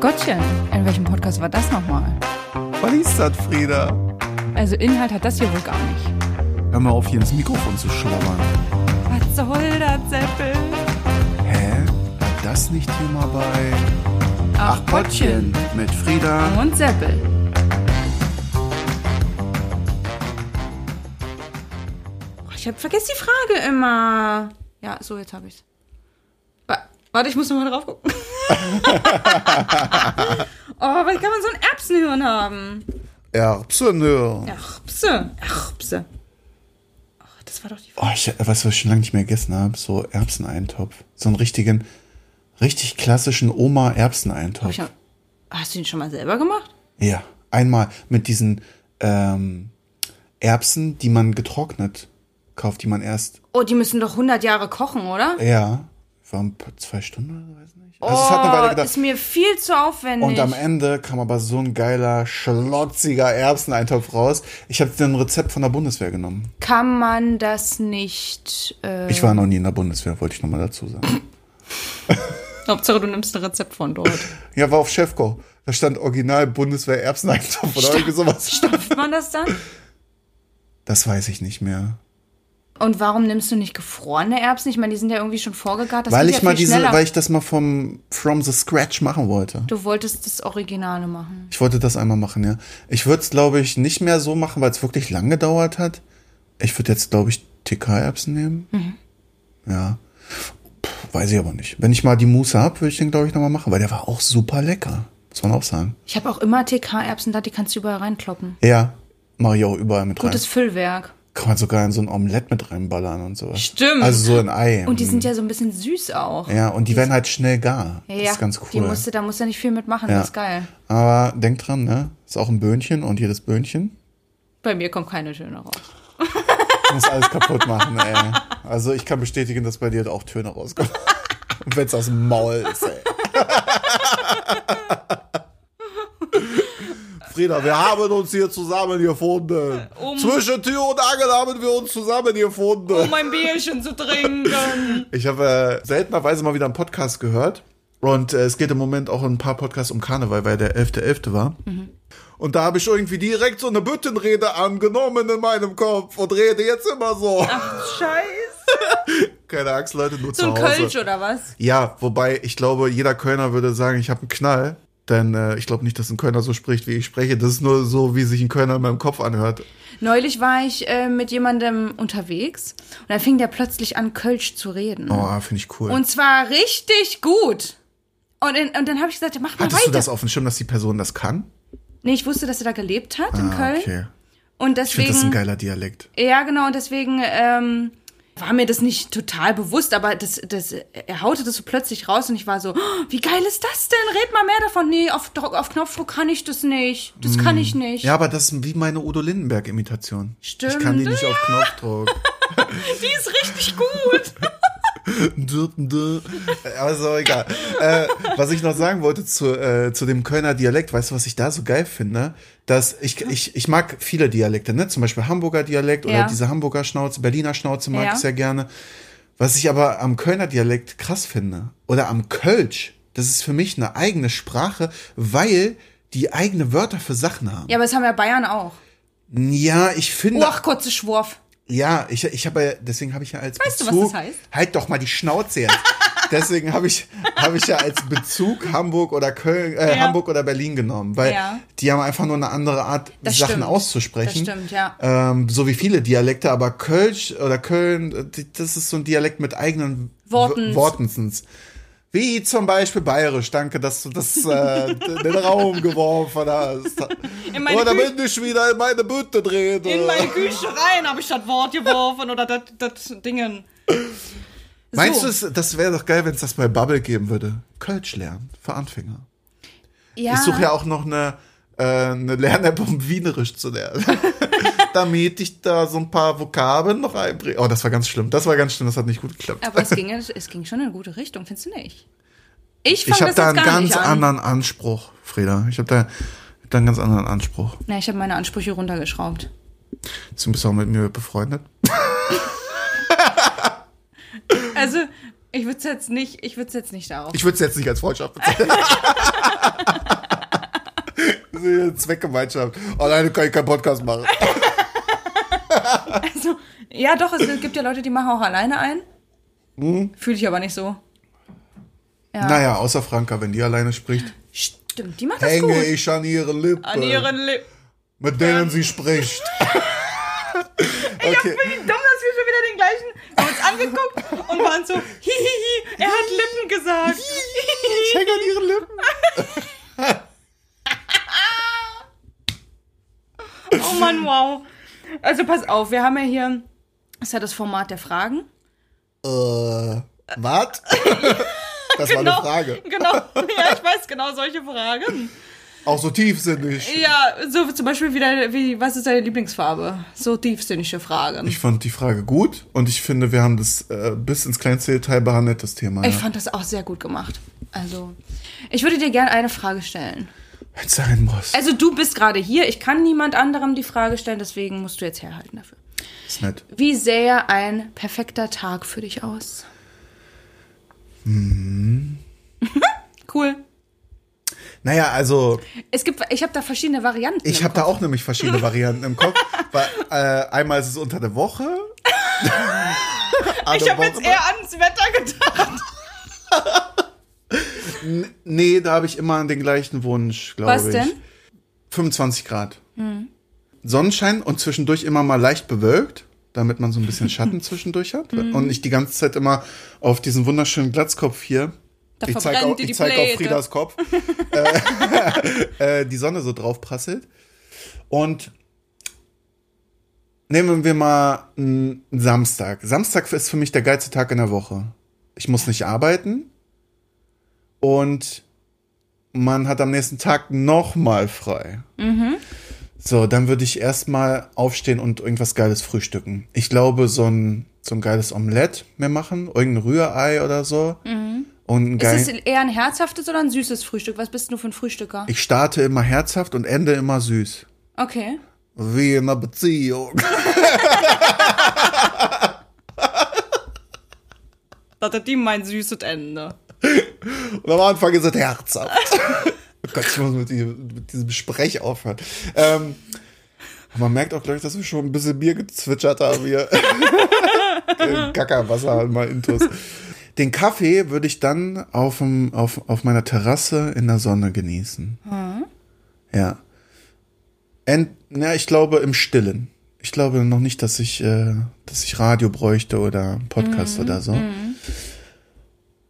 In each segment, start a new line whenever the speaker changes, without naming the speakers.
Gottchen, in welchem Podcast war das nochmal?
Was ist das, Frieda?
Also Inhalt hat das hier wohl gar nicht.
Hör mal auf, hier ins Mikrofon zu schlabbern.
Was soll das, Seppel?
Hä? War das nicht hier mal bei... mit Frieda.
Und Seppel.
Ich hab, vergesse die Frage immer. Ja, so, jetzt habe ich's. Wa- Warte, ich muss nochmal drauf gucken. oh, aber wie kann man so ein Erbsenhirn haben?
Erbsenö.
Erbse, Erbse. Ach, das war doch die
Oh, ich, weißt du, was ich schon lange nicht mehr gegessen habe? So Erbseneintopf. So einen richtigen, richtig klassischen Oma-Erbseneintopf.
Frage. Hast du den schon mal selber gemacht?
Ja, einmal mit diesen ähm, Erbsen, die man getrocknet kauft, die man erst,
Oh, die müssen doch 100 Jahre kochen, oder?
ja, waren zwei Stunden oder weiß nicht. Also es hat eine Weile
oh,
gedauert.
ist mir viel zu aufwendig.
Und am E- Ende kam aber so ein geiler, schlotziger Erbseneintopf raus. Ich habe ein Rezept von der Bundeswehr genommen.
kann man das nicht. Äh,
Ich war noch nie in der Bundeswehr, wollte ich nochmal dazu sagen.
Hauptsache, du nimmst ein Rezept von dort.
Ja, war auf Chefko. Da stand Original Bundeswehr Erbseneintopf oder irgendwie sowas.
Stopft man das dann?
Das weiß ich nicht mehr.
Und warum nimmst du nicht gefrorene Erbsen? Ich meine, die sind ja irgendwie schon vorgegart. Das
weil
geht
ich
ja
mal
viel
diese,
schneller.
weil ich das mal vom From the Scratch machen wollte.
du wolltest das Originale machen.
Ich wollte das einmal machen, ja. Ich würde es, glaube ich, nicht mehr so machen, weil es wirklich lang gedauert hat. Ich würde jetzt, glaube ich, TK-Erbsen nehmen.
Mhm.
Ja. Puh, weiß ich aber nicht. Wenn ich mal die Muße hab, würde ich den, glaube ich, nochmal machen, weil der war auch super lecker. Muss man auch sagen.
Ich habe auch immer TK-Erbsen da, die kannst du überall reinkloppen.
Ja, mache ich auch überall mit
Gutes
rein.
Füllwerk.
Kann man sogar in so ein Omelett mit reinballern und sowas.
Stimmt.
Also so ein Ei.
Und die sind ja so ein bisschen süß auch.
ja, und die werden halt schnell gar.
Ja,
das ist ganz cool.
Die musst du, da musst du nicht viel mitmachen,
Ja.
das ist geil.
Aber denk dran, ne? Ist auch ein Böhnchen und jedes Böhnchen
Bei mir kommt keine Töne raus.
muss alles kaputt machen, ey. Also ich kann bestätigen, dass bei dir halt auch Töne rauskommen. Wenn es aus dem Maul ist, ey. Frieda, wir haben uns hier zusammen gefunden. Zwischen Tür und Angel haben wir uns zusammen gefunden.
mein Um Bierchen zu trinken.
Ich habe äh, seltenerweise mal wieder einen Podcast gehört. Und äh, es geht im Moment auch in ein paar Podcasts um Karneval, weil der 11.11. war. Und da habe ich irgendwie direkt so eine Büttenrede angenommen in meinem Kopf und rede jetzt immer so.
Scheiße.
Keine Angst, Leute, nur
So
zu
ein
Hause.
Kölsch oder was?
Ja, wobei ich glaube, jeder Kölner würde sagen, ich habe einen Knall. Denn äh, ich glaube nicht, dass ein Kölner so spricht, wie ich spreche. Das ist nur so, wie sich ein Kölner in meinem Kopf anhört.
Neulich war ich äh, mit jemandem unterwegs und dann fing der plötzlich an, Kölsch zu reden.
Oh, finde ich cool.
Und zwar richtig gut. Und, in, und dann habe ich gesagt, mach mal
Hattest du
weiter.
das auf dem Schirm, dass die Person das kann?
Nee, ich wusste, dass er da gelebt hat in
Ah,
Köln.
okay.
Und
Ich finde, das ist ein
deswegen.
geiler Dialekt.
Ja, genau, und deswegen ähm, war mir das nicht total bewusst, aber das, das, er haute das so plötzlich raus und ich war so, oh, wie geil ist das denn? Red mal mehr davon. Nee, auf, Dro- auf Knopfdruck kann ich das nicht. Das kann ich nicht.
Hm. Ja, aber das ist wie meine Udo Lindenberg-Imitation. Ich
Stimmt.
kann die nicht auf Knopfdruck.
Die ist richtig gut.
Dü, dü. aber so egal. äh, was ich noch sagen wollte zu, äh, zu dem Kölner Dialekt, weißt du, was ich da so geil finde? ne? Dass ich, ich, ich mag viele Dialekte, ne? Zum Beispiel Hamburger Dialekt oder
Ja.
diese Hamburger Schnauze, Berliner Schnauze mag
Ja.
ich sehr gerne. Was ich aber am Kölner Dialekt krass finde oder am Kölsch, das ist für mich eine eigene Sprache, weil die eigene Wörter für Sachen haben.
Ja, aber das haben ja Bayern auch.
Ja, ich finde.
Och, kurze Schwurf.
Ja, ich, ich habe ja, deswegen habe ich ja als
Weißt du, was
Bezug.
das heißt?
Halt doch mal die Schnauze jetzt. deswegen habe ich, habe ich ja als Bezug Hamburg oder Köln, äh,
Ja.
Hamburg oder Berlin genommen, weil
Ja.
die haben einfach nur eine andere Art,
Das
Sachen
stimmt.
auszusprechen.
Das stimmt, ja.
Ähm, so wie viele Dialekte, aber Kölsch oder Köln, äh, die- das ist so ein Dialekt mit eigenen
Wortens.
W- Wortensens. Wie zum Beispiel Bayerisch. Danke, dass du das äh, in den Raum geworfen hast.
meine
Oder
Kü-
bin ich wieder in meine Bütte dreht.
Küche rein habe ich das Wort geworfen oder das, das Dingen.
Meinst
So.
du, es- das wäre doch geil, wenn es das bei Bubble geben würde? Kölsch lernen für Anfänger.
Ja.
Ich suche ja auch noch eine, äh, eine Lern-App, um Wienerisch zu lernen. Damit ich da so ein paar Vokabeln noch einbringe. Oh, das war ganz schlimm. Das war ganz schlimm. Das hat nicht gut geklappt.
Aber es ging, ja- es ging schon in eine gute Richtung, findest du nicht? Ich fand
ich
das
habe da
jetzt
einen
gar
ganz
nicht an.
anderen Anspruch, Frieda. Ich habe da, hab da einen ganz anderen Anspruch.
Na, ich habe meine Ansprüche runtergeschraubt.
Jetzt bist du auch mit mir befreundet.
Also, Ich würde es jetzt nicht, ich würde jetzt nicht darauf.
Ich würde es jetzt nicht als Freundschaft bezeichnen. Das ist eine Zweckgemeinschaft. Alleine kann ich keinen Podcast machen.
Also, ja, doch, es gibt ja Leute, die machen auch alleine ein.
Hm?
Fühle ich aber nicht so. Ja.
Naja, außer Franka, wenn die alleine spricht,
Stimmt, die macht das
hänge
gut.
ich an ihre Lippen,
An ihren Lippen.
mit denen sie spricht. okay.
Bin ich dumm, dass wir schon wieder den gleichen haben uns angeguckt und waren so, hihihi, er hat Lippen gesagt.
Ich hänge an ihren Lippen.
Oh Mann, wow. Also pass auf, wir haben ja hier, das ist ja das Format der Fragen.
Äh, was? Das war eine Frage.
Genau, ja, ich weiß genau solche Fragen.
Auch so tiefsinnig.
Ja, so zum Beispiel wieder, wie, was ist deine Lieblingsfarbe? So tiefsinnige Fragen.
Ich fand die Frage gut und ich finde, wir haben das äh, bis ins kleinste Detail behandelt, das Thema.
Ich
Ja.
fand das auch sehr gut gemacht. Also, ich würde dir gerne eine Frage stellen.
Wenn es sein muss.
Also, du bist gerade hier, ich kann niemand anderem die Frage stellen, deswegen musst du jetzt herhalten dafür.
ist nett.
Wie sähe ein perfekter Tag für dich aus? Mhm. cool.
Naja, also
Es gibt, ich habe da verschiedene Varianten.
ich
im
habe da
Kopf.
auch nämlich verschiedene Varianten im Kopf. Weil, äh, einmal ist es unter der Woche.
Ich habe
Alle
jetzt
Woche.
eher ans Wetter gedacht.
Nee, da habe ich immer den gleichen Wunsch, glaube ich.
Was denn?
25 Grad. Sonnenschein und zwischendurch immer mal leicht bewölkt, damit man so ein bisschen Schatten zwischendurch hat.
Mhm.
Und nicht die ganze Zeit immer auf diesen wunderschönen Glatzkopf hier.
Da
ich zeige
verbrennt
auch,
dir die
ich zeig
Pläte.
auf Friedas Kopf. äh, äh, die Sonne so drauf prasselt. Und nehmen wir mal einen Samstag. Samstag ist für mich der geilste Tag in der Woche. Ich muss nicht arbeiten. Und man hat am nächsten Tag nochmal frei. So, dann würde ich erstmal aufstehen und irgendwas Geiles frühstücken. Ich glaube, so ein, so ein geiles Omelett mir machen, irgendein Rührei oder so. Und ein
Mhm. Ist es
geil
eher ein herzhaftes oder ein süßes Frühstück? Was bist du für ein Frühstücker?
ich starte immer herzhaft und ende immer süß.
Okay.
Wie in einer Beziehung.
Das hat die mein süßes Ende.
Und am Anfang ist es herzhaft. oh Gott, ich muss mit, diesem- mit diesem Sprech aufhören. Ähm, man merkt auch, glaube ich, dass wir schon ein bisschen Bier gezwitschert haben hier. Gackerwasser halt mal intus. Den Kaffee würde ich dann aufm, auf, auf meiner Terrasse in der Sonne genießen. Ja. Ent, na, ich glaube im Stillen. Ich glaube noch nicht, dass ich, äh, dass ich Radio bräuchte oder Podcast oder so.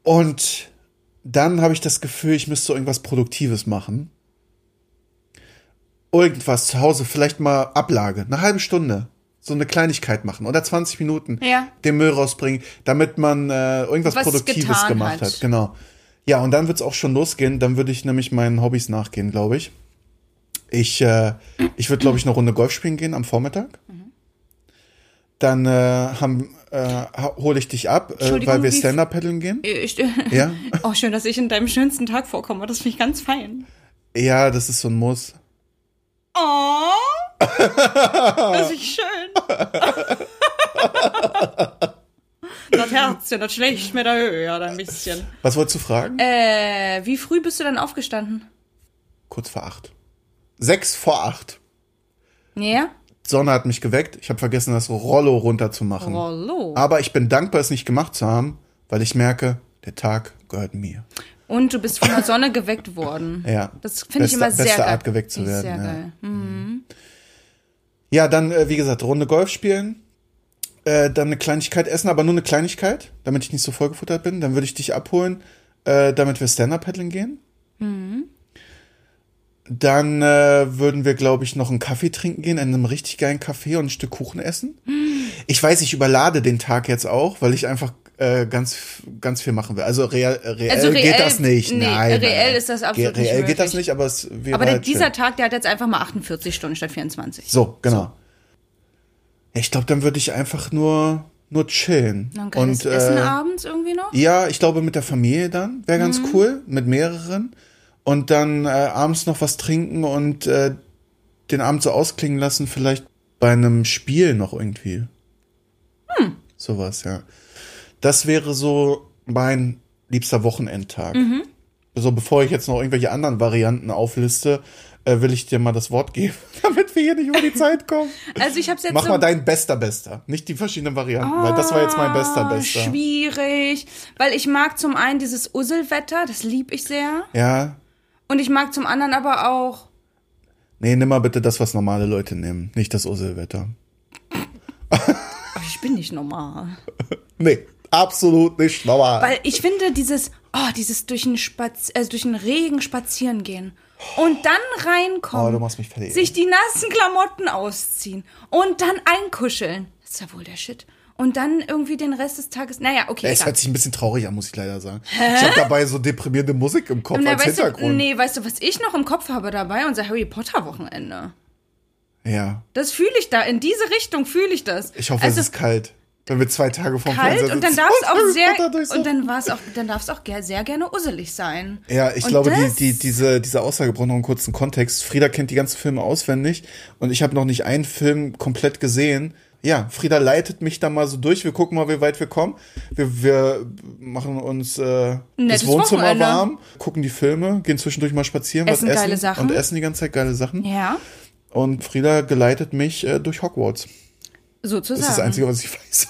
Und dann habe ich das Gefühl, ich müsste irgendwas Produktives machen. Irgendwas zu Hause, vielleicht mal Ablage, eine halbe Stunde. So eine Kleinigkeit machen oder 20 Minuten
Ja.
den Müll rausbringen, damit man äh, irgendwas
Was
Produktives
getan
gemacht hat.
hat.
Genau. Ja, und dann wird's auch schon losgehen. Dann würde ich nämlich meinen Hobbys nachgehen, glaube ich. Ich, äh, ich würde, glaube ich, eine Runde Golf spielen gehen am Vormittag. Dann äh, haben, äh, ha- hole ich dich ab, äh, weil
Entschuldigung,
wir
wie-
Stand-Up-Paddeln gehen.
Ich,
Ja.
Oh, schön, dass ich in deinem schönsten Tag vorkomme. Das finde ich ganz fein.
Ja, das ist so ein Muss.
Oh. Das ist schön. Das Herzchen, das schlägt mir da höher ein bisschen.
Was wolltest du fragen?
Äh, wie früh bist du denn aufgestanden?
Kurz vor acht. Sechs vor acht.
Ja?
Sonne hat mich geweckt. Ich habe vergessen, das Rollo runterzumachen.
Rollo.
Aber ich bin dankbar, es nicht gemacht zu haben, weil ich merke, der Tag gehört mir.
Und du bist von der Sonne geweckt worden.
Ja.
Das finde ich
Beste-
immer sehr
beste
geil.
Art, geweckt zu
Ist
werden,
Sehr
ja.
geil.
Ja, dann, äh, wie gesagt, Runde Golf spielen. Äh, dann eine Kleinigkeit essen, aber nur eine Kleinigkeit, damit ich nicht so vollgefuttert bin. Dann würde ich dich abholen, äh, damit wir Stand-Up-Paddeln gehen.
Mhm.
Dann äh, würden wir, glaube ich, noch einen Kaffee trinken gehen, in einem richtig geilen Kaffee und ein Stück Kuchen essen.
Mhm.
Ich weiß, ich überlade den Tag jetzt auch, weil ich einfach äh, ganz, ganz viel machen will. Also, real, reell,
Also reell-
geht das nicht.
nee,
nein, nein,
reell
nein.
ist das absolut
Ge- reell
nicht
geht das
möglich.
nicht, aber es wäre
Aber der,
halt schön.
dieser Tag, der hat jetzt einfach mal 48 Stunden statt 24.
So, genau. Ja, ich glaube, dann würde ich einfach nur, nur chillen.
Noch ein geiles
Und, äh,
Essen abends irgendwie noch?
Ja, ich glaube, mit der Familie dann wäre ganz cool, mit mehreren. Und dann äh, abends noch was trinken und äh, den Abend so ausklingen lassen, vielleicht bei einem Spiel noch irgendwie. Hm. Sowas, ja. Das wäre so mein liebster Wochenendtag. So, bevor ich jetzt noch irgendwelche anderen Varianten aufliste, äh, will ich dir mal das Wort geben, damit wir hier nicht über die Zeit kommen.
Also ich habe jetzt
Mach
so
mal dein bester Bester, nicht die verschiedenen Varianten, weil das war jetzt mein bester Bester.
Ah, schwierig, weil ich mag zum einen dieses Usselwetter, das lieb ich sehr,
Ja,
und ich mag zum anderen aber auch
nee, nimm mal bitte das, was normale Leute nehmen, nicht das Urselwetter.
Ach, ich bin nicht normal.
Nee, absolut nicht normal.
Weil ich finde dieses, oh, dieses durch den, Spaz also durch den Regen spazieren gehen und dann reinkommen,
Oh, du machst mich fertig.
sich die nassen Klamotten ausziehen und dann einkuscheln. Das ist ja wohl der Shit. Und dann irgendwie den Rest des Tages, naja, okay.
es
egal.
hört sich ein bisschen traurig an, muss ich leider sagen. Ich habe dabei so deprimierende Musik im Kopf
Na,
als
weißt du,
Hintergrund.
nee, weißt du, was ich noch im Kopf habe dabei? Unser Harry Potter Wochenende.
Ja,
Das fühle ich da, in diese Richtung fühle ich das.
ich hoffe,
also,
es ist kalt. Wenn wir zwei Tage vom
kalt
Fernseher
und dann
sitzen
darf
Oh,
es auch
Harry Potter
sehr
durchsuchen.
und dann war es auch dann darf es auch ger- sehr gerne usselig sein.
Ja, ich
Und
glaube, die,
das-
die, diese, diese Aussage braucht noch einen kurzen Kontext. Frieda kennt die ganzen Filme auswendig und ich habe noch nicht einen Film komplett gesehen. Ja, Frieda leitet mich da mal so durch. Wir gucken mal, wie weit wir kommen. Wir, wir machen uns äh, das
Nettes
Wohnzimmer
Wochenende.
warm, gucken die Filme, gehen zwischendurch mal spazieren,
Essen
was essen
geile Sachen.
und essen die ganze Zeit geile Sachen.
Ja,
Und Frieda geleitet mich äh, durch Hogwarts.
sozusagen.
Das ist das Einzige, was ich weiß.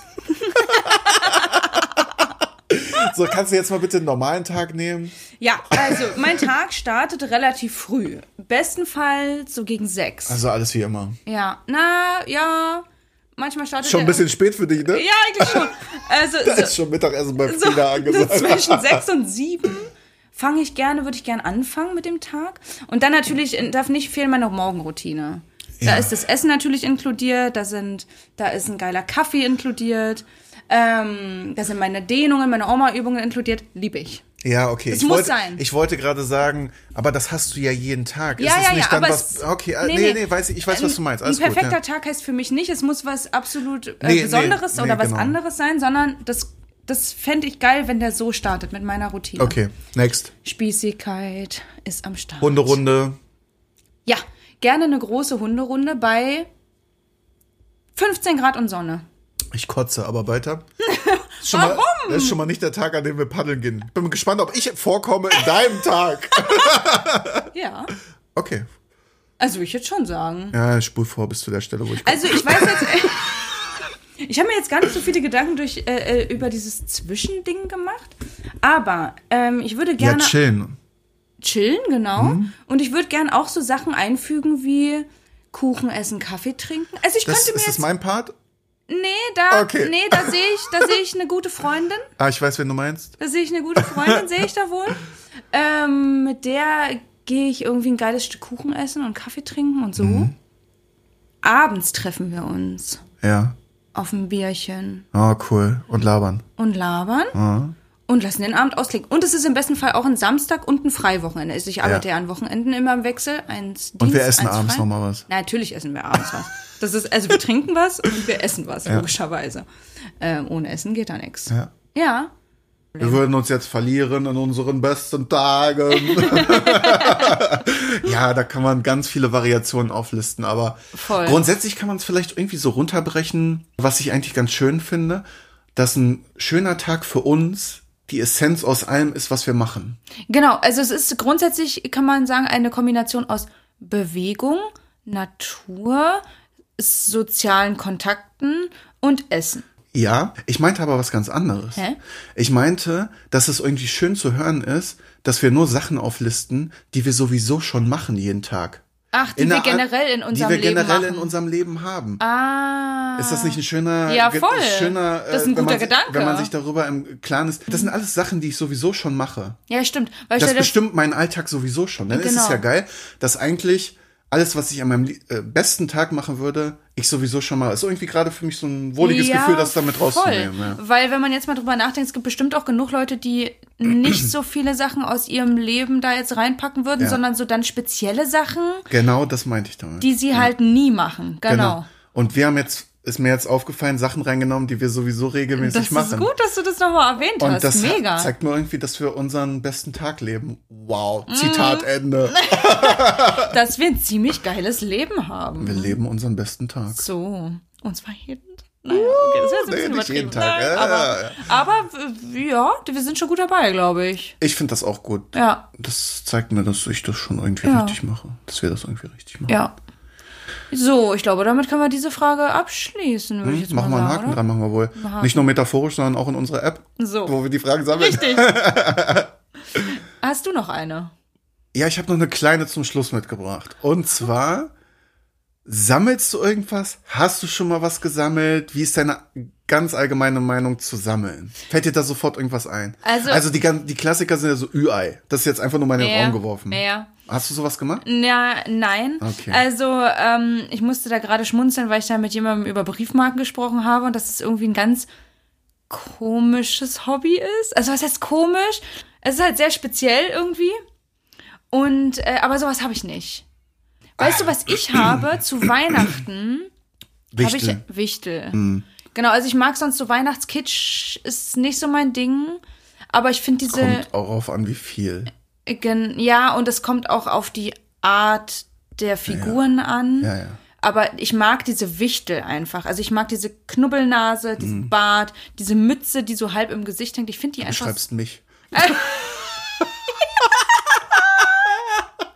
so, kannst du jetzt mal bitte einen normalen Tag nehmen?
Ja, also mein Tag startet relativ früh. Bestenfalls so gegen sechs.
Also alles wie immer.
ja, na, ja, manchmal startet
Schon ein
er-
bisschen spät für dich, ne?
Ja, eigentlich schon. Also
Da
so,
ist schon Mittagessen bei
so,
Frieda angesagt.
zwischen sechs und sieben fange ich gerne, würde ich gerne anfangen mit dem Tag. Und dann natürlich äh, darf nicht fehlen meine Morgenroutine. Da
Ja.
ist das Essen natürlich inkludiert, da sind, da ist ein geiler Kaffee inkludiert, ähm, da sind meine Dehnungen, meine Oma-Übungen inkludiert, liebe ich.
Ja, okay.
Das
ich
muss
wollte,
sein.
Ich wollte gerade sagen, aber das hast du ja jeden Tag.
Ja,
ist es
ja,
nicht
ja,
dann
aber
was.
es-
Okay, äh, nee,
nee,
nee,
nee.
nee, weiß ich, ich weiß, was du meinst. Alles
ein
gut.
perfekter
Ja.
Tag heißt für mich nicht, es muss was absolut äh,
Nee, nee,
Besonderes
nee,
oder was
genau.
anderes sein, sondern das, das fände ich geil, wenn der so startet mit meiner Routine.
Okay, next.
Spießigkeit ist am Start.
Hunderunde.
Ja, gerne eine große Hunderunde bei 15 Grad und Sonne.
Ich kotze, aber weiter. Ist Schon Mal, das ist schon mal nicht der Tag, an dem wir paddeln gehen. Bin gespannt, ob ich vorkomme in deinem Tag.
Ja.
Okay.
Also würde ich jetzt schon sagen.
Ja, spul vor bis zu der Stelle, wo ich.
Also ich weiß jetzt. Ich habe mir jetzt gar nicht so viele Gedanken durch, äh, äh, über dieses Zwischending gemacht. Aber ähm, ich würde
ja,
gerne
chillen.
chillen, genau.
Mhm.
Und ich würde gerne auch so Sachen einfügen wie Kuchen essen, Kaffee trinken. Also ich
Das,
könnte mir
ist das
jetzt.
mein Part?
Nee, da,
Okay.
nee, da sehe ich, da sehe ich eine gute Freundin.
Ah, ich weiß, wen du meinst.
Da sehe ich eine gute Freundin, sehe ich da wohl. Ähm, mit der gehe ich irgendwie ein geiles Stück Kuchen essen und Kaffee trinken und so.
Mhm.
Abends treffen wir uns
Ja.
auf ein Bierchen
Oh, cool. Und labern.
und labern und lassen den Abend ausklingen. Und es ist im besten Fall auch ein Samstag und ein Freiwochenende. Also ich arbeite ja, an Wochenenden immer im Wechsel. Eins Dienst,
Und wir essen
eins
abends
frei.
nochmal was.
Na, natürlich essen wir abends was. Das ist, also wir trinken was und wir essen was, logischerweise. Ähm, ohne Essen geht da nichts.
Ja.
ja.
Wir würden uns jetzt verlieren in unseren besten Tagen. ja, da kann man ganz viele Variationen auflisten, aber
Voll.
grundsätzlich kann man es vielleicht irgendwie so runterbrechen, was ich eigentlich ganz schön finde, dass ein schöner Tag für uns die Essenz aus allem ist, was wir machen.
Genau, also es ist grundsätzlich, kann man sagen, eine Kombination aus Bewegung, Natur, sozialen Kontakten und Essen.
Ja, ich meinte aber was ganz anderes.
Hä?
Ich meinte, dass es irgendwie schön zu hören ist, dass wir nur Sachen auflisten, die wir sowieso schon machen jeden Tag.
Ach, die wir
einer Art-
generell in unserem
Die wir
Leben
generell
machen.
in unserem Leben haben.
Ah.
Ist das nicht ein schöner,
Ja,
ge-
voll.
schöner äh,
Das ist ein
wenn
guter
man, si-
Gedanke.
Wenn man sich darüber im Klaren ist. Das sind alles Sachen, die ich sowieso schon mache.
Ja, stimmt. Weil
Das
stell dir-
bestimmt meinen Alltag sowieso schon. ne? Dann ist es
Genau.
ja geil, dass eigentlich alles, was ich an meinem lie- äh, besten Tag machen würde, ich sowieso schon mal. Ist irgendwie gerade für mich so ein wohliges
Ja,
Gefühl, das damit rauszunehmen.
voll.
Ja.
Weil wenn man jetzt mal drüber nachdenkt, es gibt bestimmt auch genug Leute, die nicht so viele Sachen aus ihrem Leben da jetzt reinpacken würden,
Ja.
sondern so dann spezielle Sachen,
Genau das meinte ich damit.
die sie halt nie machen. Genau.
Und wir haben jetzt, ist mir jetzt aufgefallen, Sachen reingenommen, die wir sowieso regelmäßig
Das
machen.
ist gut, dass du das nochmal erwähnt
Und
hast.
das
Mega.
zeigt mir irgendwie, dass wir unseren besten Tag leben. Wow.
Mhm.
Zitat Ende.
dass wir ein ziemlich geiles Leben haben.
Wir leben unseren besten Tag.
So, und zwar jeden. Tag. Naja, okay, das wäre jetzt ein bisschen
nee, nicht jeden
übertrieben.
Tag.
Nein,
Ja,
aber,
ja,
aber äh, ja, wir sind schon gut dabei, glaube ich.
Ich finde das auch gut.
Ja.
Das zeigt mir, dass ich das schon irgendwie
Ja.
richtig mache. Dass wir das irgendwie richtig machen.
Ja. So, ich glaube, damit können wir diese Frage abschließen, würde ich jetzt
Hm, Machen wir
mal
einen
sagen,
Haken
oder?
dran, machen wir wohl. Nicht nur metaphorisch, sondern auch in unserer App,
So.
wo wir die Fragen sammeln.
Richtig. Hast du noch eine?
Ja, ich habe noch eine kleine zum Schluss mitgebracht. Und zwar, sammelst du irgendwas? Hast du schon mal was gesammelt? Wie ist deine ganz allgemeine Meinung zu sammeln? Fällt dir da sofort irgendwas ein?
Also-
also die, gan- die Klassiker sind ja so Ü-Ei. Das ist jetzt einfach nur mal in den
Ja,
Raum geworfen.
ja.
Hast du sowas gemacht?
Na, nein.
Okay.
Also, ähm, ich musste da gerade schmunzeln, weil ich da mit jemandem über Briefmarken gesprochen habe und das ist irgendwie ein ganz komisches Hobby ist. Also, was heißt komisch? Es ist halt sehr speziell irgendwie. Und, äh, aber sowas habe ich nicht. Weißt du, was ich habe zu Weihnachten? Habe ich
Wichtel. Hm.
Wichtel. Genau, also ich mag sonst so Weihnachtskitsch, ist nicht so mein Ding. Aber ich finde diese.
Kommt auch auf an, wie viel.
Gen ja, und es kommt auch auf die Art der Figuren an.
Ja, ja.
Aber ich mag diese Wichtel einfach. Also ich mag diese Knubbelnase, diesen Bart, diese Mütze, die so halb im Gesicht hängt. Ich finde die
Mhm. Du
einfach.
schreibst mich.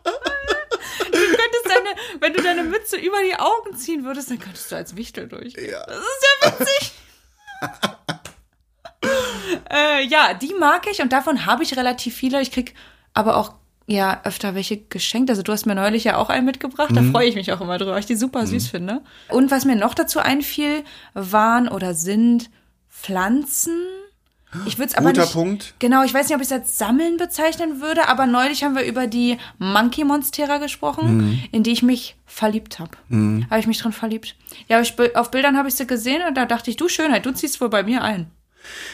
Du könntest deine, wenn du deine Mütze über die Augen ziehen würdest, dann könntest du als Wichtel durch.
Ja.
Das ist ja witzig. äh, ja, die mag ich und davon habe ich relativ viele. Ich krieg aber auch ja öfter welche geschenkt. Also du hast mir neulich ja auch einen mitgebracht.
Mhm.
Da freue ich mich auch immer drüber, weil ich die super süß finde. Und was mir noch dazu einfiel, waren oder sind Pflanzen. Ich würde es aber
Guter
nicht,
Punkt.
Genau, ich weiß nicht, ob ich es als Sammeln bezeichnen würde, aber neulich haben wir über die Monkey Monstera gesprochen,
Mhm.
in die ich mich verliebt habe. Habe ich mich drin verliebt. Ja, aber ich, bi- auf Bildern habe ich sie gesehen und da dachte ich, du Schönheit, du ziehst wohl bei mir ein.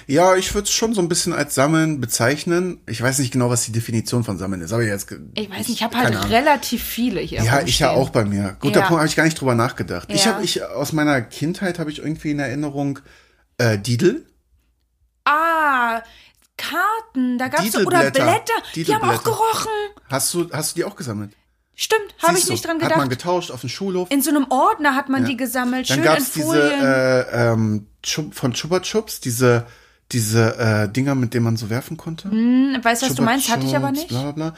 Ja, ich würde es schon so ein bisschen als Sammeln bezeichnen. Ich weiß nicht genau, was die Definition von Sammeln ist. Aber jetzt. ge-
Ich weiß nicht, ich habe
keine
halt
Ahnung.
relativ viele hier.
Ja, ich
rumstehen.
ja auch bei mir. Guter
Ja.
Punkt, habe ich gar nicht drüber nachgedacht. Ich
Ja.
habe ich aus meiner Kindheit habe ich irgendwie in Erinnerung äh, Didel.
Ah, Karten, da gab's so, oder
Didelblätter.
Blätter, die haben auch
Didelblätter.
gerochen.
Hast du hast du die auch gesammelt?
Stimmt, habe ich
Siehst du,
nicht dran
Hat man
gedacht.
getauscht auf dem Schulhof.
In so einem Ordner hat man die gesammelt,
Dann
schön
gab's
in
diese
Folien.
äh, ähm, Chup, von Chupa Chups diese diese äh, Dinger, mit denen man so werfen konnte.
Hm, weißt du, was du
Chupa
meinst? Hatte ich aber
Chups,
nicht.
Bla, bla, bla.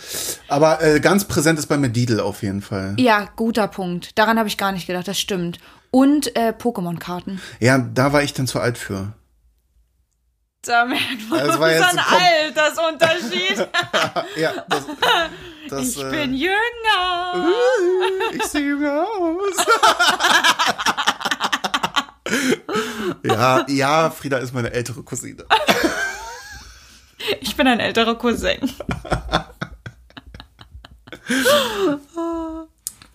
Aber äh, ganz präsent ist bei mir Didel auf jeden Fall.
Ja, guter Punkt. Daran habe ich gar nicht gedacht, das stimmt. Und äh, Pokémon-Karten.
Ja, da war ich dann zu alt für.
Da merkt man
Das war jetzt
unseren
ein Kom-
Altersunterschied.
Ja, das, das,
Ich
äh,
bin jünger.
Ich sehe jünger aus. ja, ja, Frieda ist meine ältere Cousine.
Ich bin ein älterer Cousin.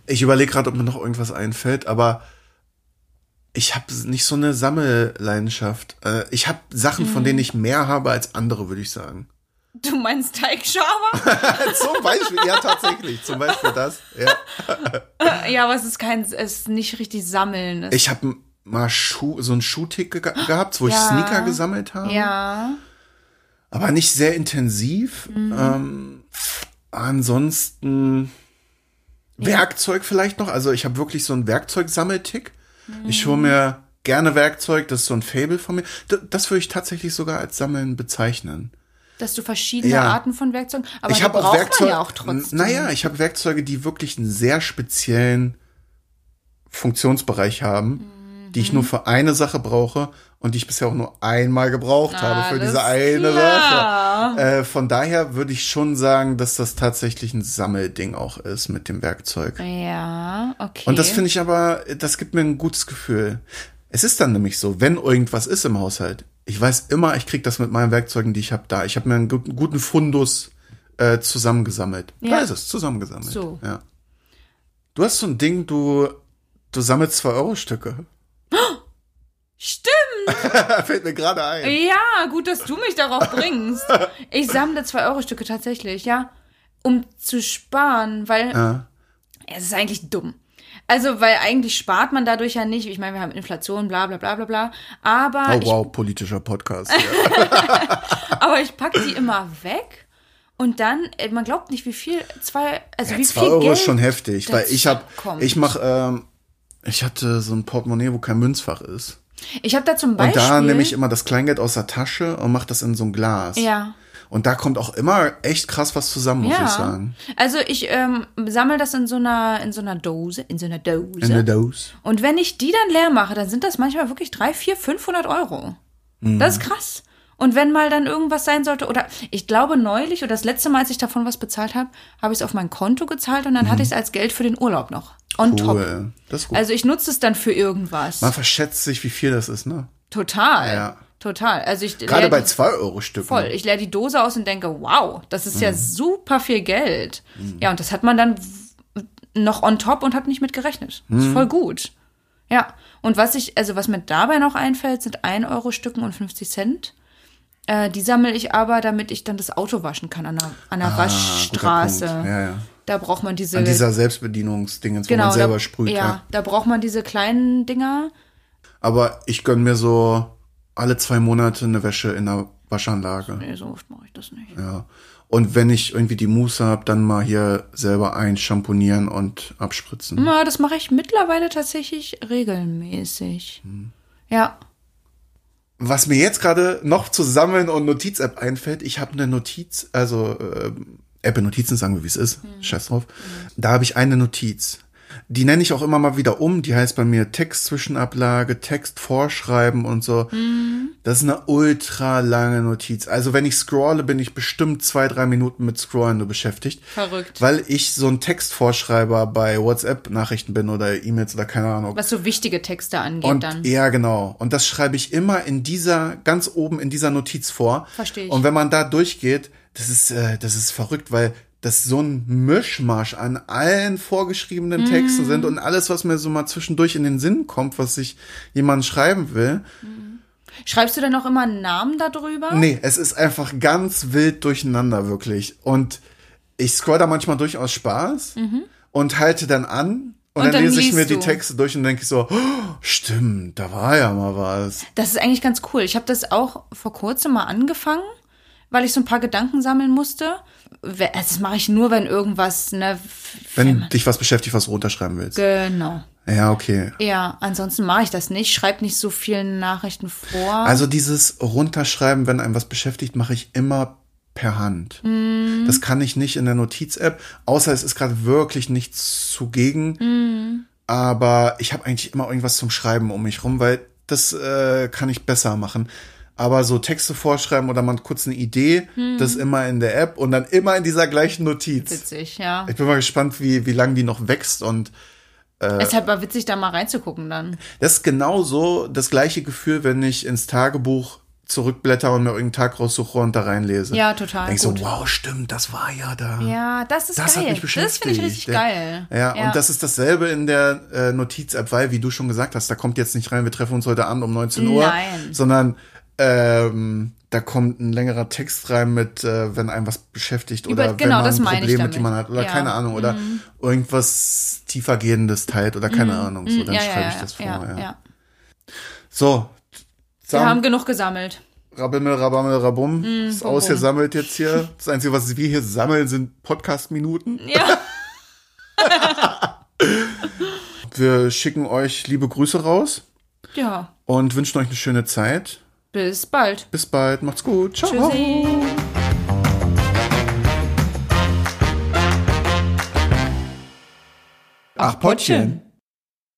Ich überlege gerade, ob mir noch irgendwas einfällt, aber ich habe nicht so eine Sammelleidenschaft. Äh, Ich habe Sachen, von
Mhm.
denen ich mehr habe als andere, würde ich sagen.
Du meinst Teigschaber?
Zum Beispiel, ja, tatsächlich. Zum Beispiel das. Ja.
ja, aber es ist kein, es ist nicht richtig sammeln. Es-
Ich habe mal Schuh, so einen Schuhtick ge gehabt, wo ich
Ja.
Sneaker gesammelt habe.
ja.
aber nicht sehr intensiv. Ähm, ansonsten Werkzeug vielleicht noch. Also ich habe wirklich so einen Werkzeugsammeltick. Ich hole mir gerne Werkzeug, das ist so ein Fable von mir. D das würde ich tatsächlich sogar als Sammeln bezeichnen.
Dass du verschiedene
Ja.
Arten von Werkzeugen. Aber
ich
die
habe auch
braucht man
Werkzeuge.
ja auch trotzdem.
Naja, ich habe Werkzeuge, die wirklich einen sehr speziellen Funktionsbereich haben, die
Mhm.
ich nur für eine Sache brauche und die ich bisher auch nur einmal gebraucht habe für
Alles
diese eine
Ah, klar.
Sache. Äh, von daher würde ich schon sagen, dass das tatsächlich ein Sammelding auch ist mit dem Werkzeug.
Ja, okay.
Und das finde ich aber, das gibt mir ein gutes Gefühl. Es ist dann nämlich so, wenn irgendwas ist im Haushalt, ich weiß immer, ich krieg das mit meinen Werkzeugen, die ich habe da. Ich habe mir einen guten, guten Fundus äh, zusammengesammelt.
Ja.
Da ist es, zusammengesammelt.
So.
Ja. Du hast so ein Ding, du, du sammelst 2-Euro-Stücke.
Stimmt.
Fällt mir gerade ein.
Ja, gut, dass du mich darauf bringst. Ich sammle 2-Euro-Stücke tatsächlich, ja. Um zu sparen, weil
Ja.
es ist eigentlich dumm. Also, weil eigentlich spart man dadurch ja nicht. Ich meine, wir haben Inflation, bla bla bla bla bla. Aber,
Oh wow, politischer Podcast. ja.
ich, aber ich packe die immer weg. Und dann, äh, man glaubt nicht, wie viel, zwei, also wie
2
viel
Euro
Geld.
ist schon heftig, weil
dazu
ich habe,
kommt.
ich mache, ähm, ich hatte so ein Portemonnaie, wo kein Münzfach ist.
Ich habe da zum
Und
Beispiel.
da nehme ich immer das Kleingeld aus der Tasche und mache das in so ein Glas.
Ja.
Und da kommt auch immer echt krass was zusammen, muss
ja.
ich sagen.
Also ich ähm, sammle das in so einer in so einer Dose, in so einer Dose.
In der Dose.
Und wenn ich die dann leer mache, dann sind das manchmal wirklich 3, 4, 500 Euro.
Mhm.
Das ist krass. Und wenn mal dann irgendwas sein sollte, oder ich glaube neulich oder das letzte Mal, als ich davon was bezahlt habe, habe ich es auf mein Konto gezahlt und dann hatte ich es als Geld für den Urlaub noch. On top.
Mhm. Cool. Das ist gut.
Also ich nutze es dann für irgendwas.
Man verschätzt sich, wie viel das ist, ne?
Total.
Ja.
Total. Also ich
Gerade
leer
bei
die,
2 Euro Stücken.
voll. Ich leere die Dose aus und denke, wow, das ist
Mhm.
ja super viel Geld. Ja, und das hat man dann w- noch on top und hat nicht mit gerechnet.
Mhm.
Ist voll gut. Ja. Und was ich, also was mir dabei noch einfällt, sind 1 Euro Stücken und 50 Cent. Äh, die sammle ich aber, damit ich dann das Auto waschen kann an der, an der Waschstraße.
Ah, Punkt. Ja, ja.
Da braucht man diese.
An dieser Selbstbedienungsdingens, wo man selber
genau, da,
sprüht.
ja,
Ja.
da braucht man diese kleinen Dinger.
Aber ich gönn mir so alle zwei Monate eine Wäsche in der Waschanlage.
Nee, so oft mache ich das nicht.
Ja. Und wenn ich irgendwie die Muße hab, dann mal hier selber einschamponieren und abspritzen.
Na, das mache ich mittlerweile tatsächlich regelmäßig.
Mhm.
Ja.
Was mir jetzt gerade noch zu sammeln und Notiz-App einfällt, ich habe eine Notiz, also äh, App in Notizen, sagen wir, wie es ist, scheiß drauf. Da habe ich eine Notiz. Die nenne ich auch immer mal wieder um. Die heißt bei mir Textzwischenablage, Text vorschreiben und so. Das ist eine ultra lange Notiz. Also wenn ich scrolle, bin ich bestimmt zwei, drei Minuten mit Scrollen nur beschäftigt.
Verrückt.
Weil ich so ein Textvorschreiber bei WhatsApp-Nachrichten bin oder E-Mails oder keine Ahnung.
Was so wichtige Texte angeht
Und
dann.
ja, genau. Und das schreibe ich immer in dieser, ganz oben in dieser Notiz vor.
Verstehe ich.
Und wenn man da durchgeht, das ist, äh, das ist verrückt, weil das so ein Mischmasch an allen
Mhm.
vorgeschriebenen Texten sind und alles, was mir so mal zwischendurch in den Sinn kommt, was ich jemand schreiben will.
Schreibst du dann auch immer einen Namen darüber?
Nee, es ist einfach ganz wild durcheinander, wirklich. Und ich scroll da manchmal durch aus Spaß und halte dann an. Und,
Mhm. Und
dann,
dann
lese ich
liest
mir die
du.
Texte durch und denke so, oh, stimmt, da war ja mal was.
Das ist eigentlich ganz cool. Ich habe das auch vor kurzem mal angefangen, weil ich so ein paar Gedanken sammeln musste. We- also Das mache ich nur, wenn irgendwas, ne? f-
Wenn dich was beschäftigt, was du runterschreiben willst.
Genau.
ja, okay.
Ja, ansonsten mache ich das nicht. Schreib nicht so viele Nachrichten vor.
Also dieses Runterschreiben, wenn einem was beschäftigt, mache ich immer per Hand. Das kann ich nicht in der Notiz-App, außer es ist gerade wirklich nichts zugegen. Aber ich habe eigentlich immer irgendwas zum Schreiben um mich rum, weil das äh, kann ich besser machen. Aber so Texte vorschreiben oder mal kurz eine Idee, das immer in der App und dann immer in dieser gleichen Notiz.
witzig, ja.
Ich bin mal gespannt, wie, wie lange die noch wächst und
Es ist halt mal witzig, da mal reinzugucken dann.
Das ist genauso das gleiche Gefühl, wenn ich ins Tagebuch zurückblätter und mir irgendeinen Tag raussuche und da reinlese.
Ja, total.
Denk
gut.
so, wow, stimmt, das war ja da.
Ja, das ist
Das
geil.
hat mich
das
beschäftigt.
finde ich richtig
Ja.
geil.
Ja, und das ist dasselbe in der äh, Notiz-App, weil, wie du schon gesagt hast, da kommt jetzt nicht rein, wir treffen uns heute Abend um 19 Uhr,
Nein.
sondern ähm, da kommt ein längerer Text rein mit, äh, wenn einem was beschäftigt
Über-
oder
genau,
wenn man
das
ein
meine ich
Problem mit
damit.
jemandem hat oder
Ja. Mhm.
keine Ahnung oder irgendwas tiefergehendes teilt oder keine Ahnung. So, dann
Mhm. ja,
schreibe
ja,
ich das vor.
ja,
Ja.
ja.
So,
Wir
Sam,
haben Mm, genug gesammelt.
Rabimmel, Rabammel, Rabum. ist
bum,
ausgesammelt jetzt hier. Das Einzige, was wir hier sammeln, sind Podcast-Minuten.
Ja.
Wir schicken euch liebe Grüße raus
ja.
und wünschen euch eine schöne Zeit.
Bis bald.
Bis bald. Macht's gut. Ciao.
Tschüssi.
Ach, Pottchen.